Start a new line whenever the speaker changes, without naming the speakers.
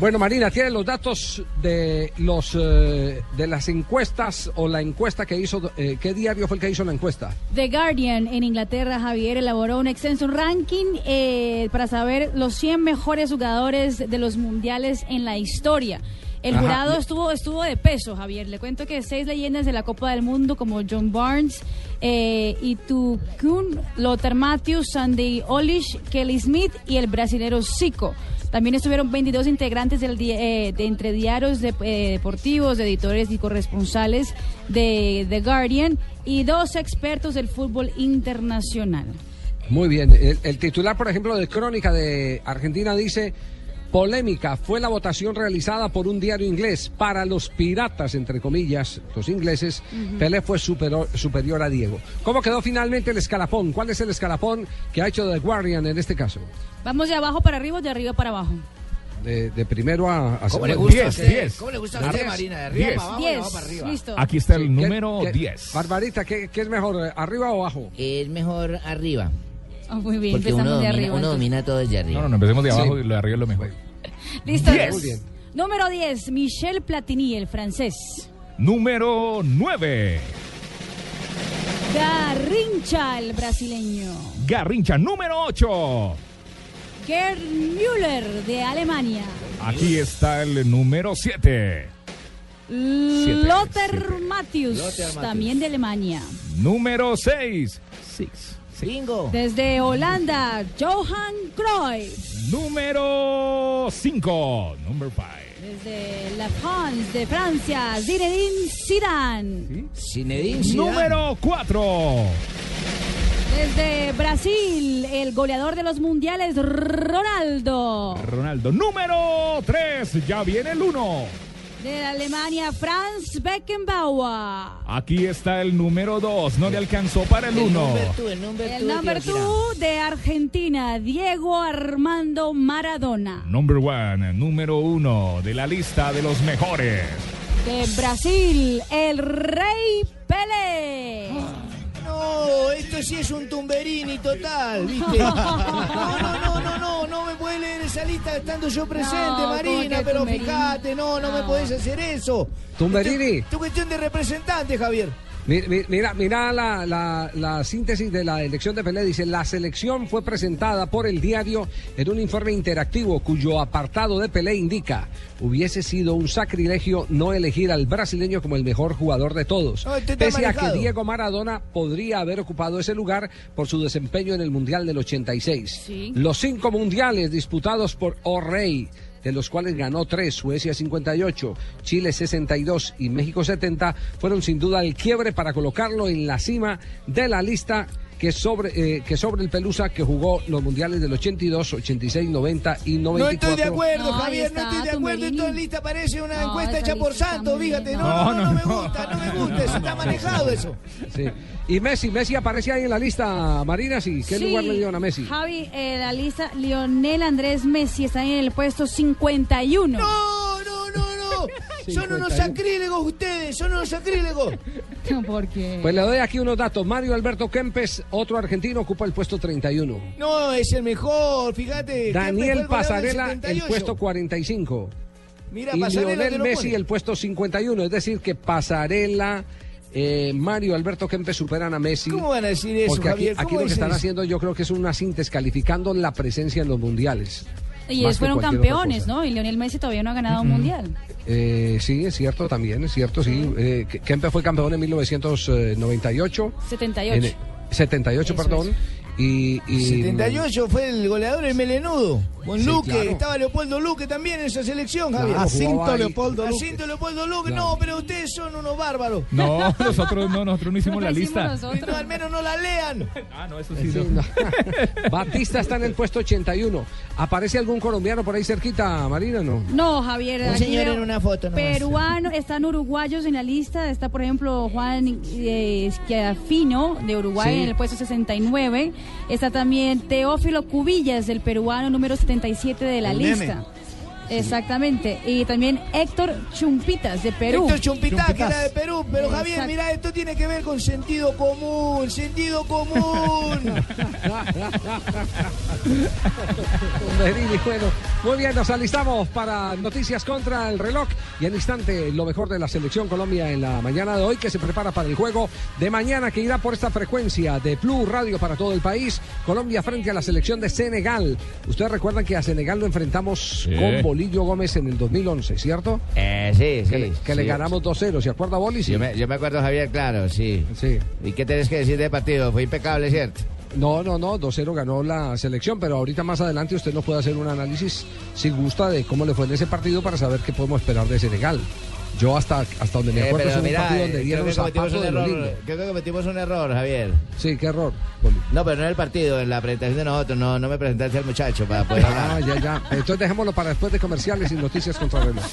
Bueno, Marina, tiene los datos de los eh, de las encuestas o la encuesta que hizo, eh, ¿qué diario fue el que hizo la encuesta?
The Guardian en Inglaterra, Javier, elaboró un extenso ranking eh, para saber los 100 mejores jugadores de los mundiales en la historia. El
Ajá.
jurado estuvo estuvo de peso, Javier. Le cuento que seis leyendas de la Copa del Mundo como John Barnes, eh, Itukun, Lothar Matthews, Sandy Olish, Kelly Smith y el brasilero Zico. También estuvieron 22 integrantes del di- eh, de entre diarios de- eh, deportivos, de editores y corresponsales de The Guardian y dos expertos del fútbol internacional.
Muy bien. El, el titular, por ejemplo, de Crónica de Argentina dice, polémica fue la votación realizada por un diario inglés para los piratas, entre comillas, los ingleses. Pelé fue supero- superior a Diego. ¿Cómo quedó finalmente el escalafón? ¿Cuál es el escalafón que ha hecho The Guardian en este caso?
Vamos de abajo para arriba, o de arriba para abajo.
De, de primero a, a
¿Cómo le
segundo.
gusta
Diez,
a usted?
diez.
¿Cómo le gusta a
Diez.
usted, Marina? De arriba
Diez.
para abajo, de abajo para
10,
arriba.
listo.
Aquí está el
¿Qué-
número
qué-
10.
Barbarita, ¿qué, qué es mejor, eh, arriba o abajo?
Es mejor arriba.
Ah, muy bien,
Porque uno
empezamos de
domina,
arriba.
uno
entonces.
domina todo desde arriba.
No, no, no, empecemos de abajo
Sí.
y lo de arriba es lo mejor.
Listo.
Diez.
Muy bien.
Número 10, Michel Platini, el francés.
Número 9.
Garrincha, el brasileño.
Garrincha, número 8.
Gerd Müller, de Alemania.
Aquí está el número 7.
Lothar
siete.
Matthews,
Lothar Matthäus.
también de Alemania.
Número 6. Six.
Cinco.
Desde Holanda, Johan Cruyff.
Número 5. Number 5.
Desde La France, de Francia, Zinedine Zidane.
Zinedine Zidane.
Número 4.
Desde Brasil, el goleador de los mundiales, Ronaldo.
Ronaldo. Número 3. Ya viene el 1.
De Alemania, Franz Beckenbauer.
Aquí está el número 2. No le alcanzó para el
El
1.
number two, el number
El
two de
number
Tibaquirá.
two de Argentina, Diego Armando Maradona.
Number 1. Número 1 de la lista de los mejores.
De Brasil, el Rey Pelé.
No, esto sí es un tumberini total, ¿viste? No, no, no, no, no, no me puedes leer esa lista estando yo presente,
No, ¿cómo
Marina,
que
pero
tumberini?
fíjate, no, no, me
No.
puedes hacer eso.
Tumberini.
Tu cuestión de representante, Javier.
Mi- mi- Mira, mira la, la- la síntesis de la elección de Pelé. Dice, la selección fue presentada por el diario en un informe interactivo cuyo apartado de Pelé indica, hubiese sido un sacrilegio no elegir al brasileño como el mejor jugador de todos.
No, este está
Pese a que
manejado.
Diego Maradona podría haber ocupado ese lugar por su desempeño en el Mundial del 86.
Sí.
Los cinco mundiales disputados por O'Reilly, de los cuales ganó tres, Suecia 58, Chile 62 y México 70, fueron sin duda el quiebre para colocarlo en la cima de la lista que sobre, eh, que sobre el Pelusa que jugó los mundiales del 82, 86, 90 y 94.
No estoy de acuerdo,
No, ahí
Javier, no
está,
estoy de acuerdo.
Tumberini.
Esto en lista parece una
No,
encuesta
esa
hecha por
lista está
Santos,
muy
fíjate.
bien.
No, no, no,
No,
me
no,
gusta, no me
no,
gusta,
no,
eso está
no,
manejado eso.
Sí. Y Messi, Messi aparece ahí en la lista, Marina, sí. ¿Qué
Sí,
lugar le dieron a Messi?
Javi, eh, la lista, Lionel Andrés Messi está en el puesto 51.
No, no, no, no. Son unos
51.
sacrílegos ustedes, son unos sacrílegos.
No, ¿Por qué?
Pues le doy aquí unos datos. Mario Alberto Kempes, otro argentino, ocupa el puesto 31.
No, es el mejor, fíjate.
Daniel
Kempes fue el
Pasarela,
goleador del
el
78.
puesto 45.
Mira,
y
Pasarela te
Lionel
lo
Messi,
pone.
el puesto 51. Es decir, que Pasarela, eh, Mario Alberto Kempes superan a Messi.
¿Cómo van a decir eso,
Porque aquí,
Javier? ¿Cómo
aquí lo que
dicen
están
eso?
haciendo yo creo que es una síntesis, calificando la presencia en los mundiales.
y
Más
ellos
que cualquier
fueron
otra
campeones,
cosa.
¿no? Y Lionel Messi todavía no ha ganado un mundial.
Eh, sí, es cierto también, es cierto, sí. Eh, Ke- Kempes fue campeón en 1998.
78.
En- 78,
Eso
perdón. Y, y-
78 fue el goleador el melenudo. Con
Sí,
Luque,
claro.
estaba Leopoldo Luque también en esa selección,
Claro,
Javier.
jugaba ahí.
Jacinto Leopoldo Luque.
Claro.
No, pero ustedes son unos bárbaros.
No, nosotros no, nosotros no hicimos la
Lo hicimos
lista.
No,
nosotros.
al menos no la lean.
Ah, no, eso sí.
Sí, no.
no.
Batista está en el puesto 81. ¿Aparece algún colombiano por ahí cerquita, Marina? No.
No, Javier.
Un
aquí
señor
veo
en una foto nomás.
Peruano, están uruguayos en la lista. Está, por ejemplo, Juan eh, Schiafino, de Uruguay,
Sí.
en el puesto 69. Está también Teófilo Cubillas, del peruano número 77 de la
El
lista.
meme.
Exactamente. Y también Héctor Chumpitas de Perú.
Héctor Chumpitá, que
Chumpitas.
era de Perú. Pero Javier,
Exacto.
mirá, esto tiene que ver con sentido común, sentido común. Eh,
Tumberini, bueno, muy bien, nos alistamos para noticias contra el reloj y al instante lo mejor de la selección Colombia en la mañana de hoy que se prepara para el juego de mañana que irá por esta frecuencia de Plus Radio para todo el país. Colombia frente a la selección de Senegal. Ustedes recuerdan que a Senegal lo enfrentamos
Sí.
con Bolillo Gómez en el 2011, ¿cierto?
Eh, sí, sí.
que le, que le
sí.
ganamos 2-0, ¿se acuerda Bolis?
Yo me, yo me acuerdo, Javier, claro, sí.
Sí.
¿Y qué tenés que decir del partido? Fue impecable, ¿cierto?
No, no, no, 2-0 ganó la selección, pero ahorita más adelante usted nos puede hacer un análisis, si gusta, de cómo le fue en ese partido para saber qué podemos esperar de Senegal. Yo hasta, hasta donde me
Eh,
acuerdo
pero
es un
mira,
partido
eh,
donde
creo
dieron
que cometimos
zapato
un
de lo lindo.
error. Creo que cometimos un error, Javier.
Sí, qué error. Poli.
No, pero no en el partido, en la presentación de nosotros. No, no me presentaste al muchacho para poder hablar.
Ah, ya, ya. Entonces dejémoslo para después de comerciales y noticias contra reloj.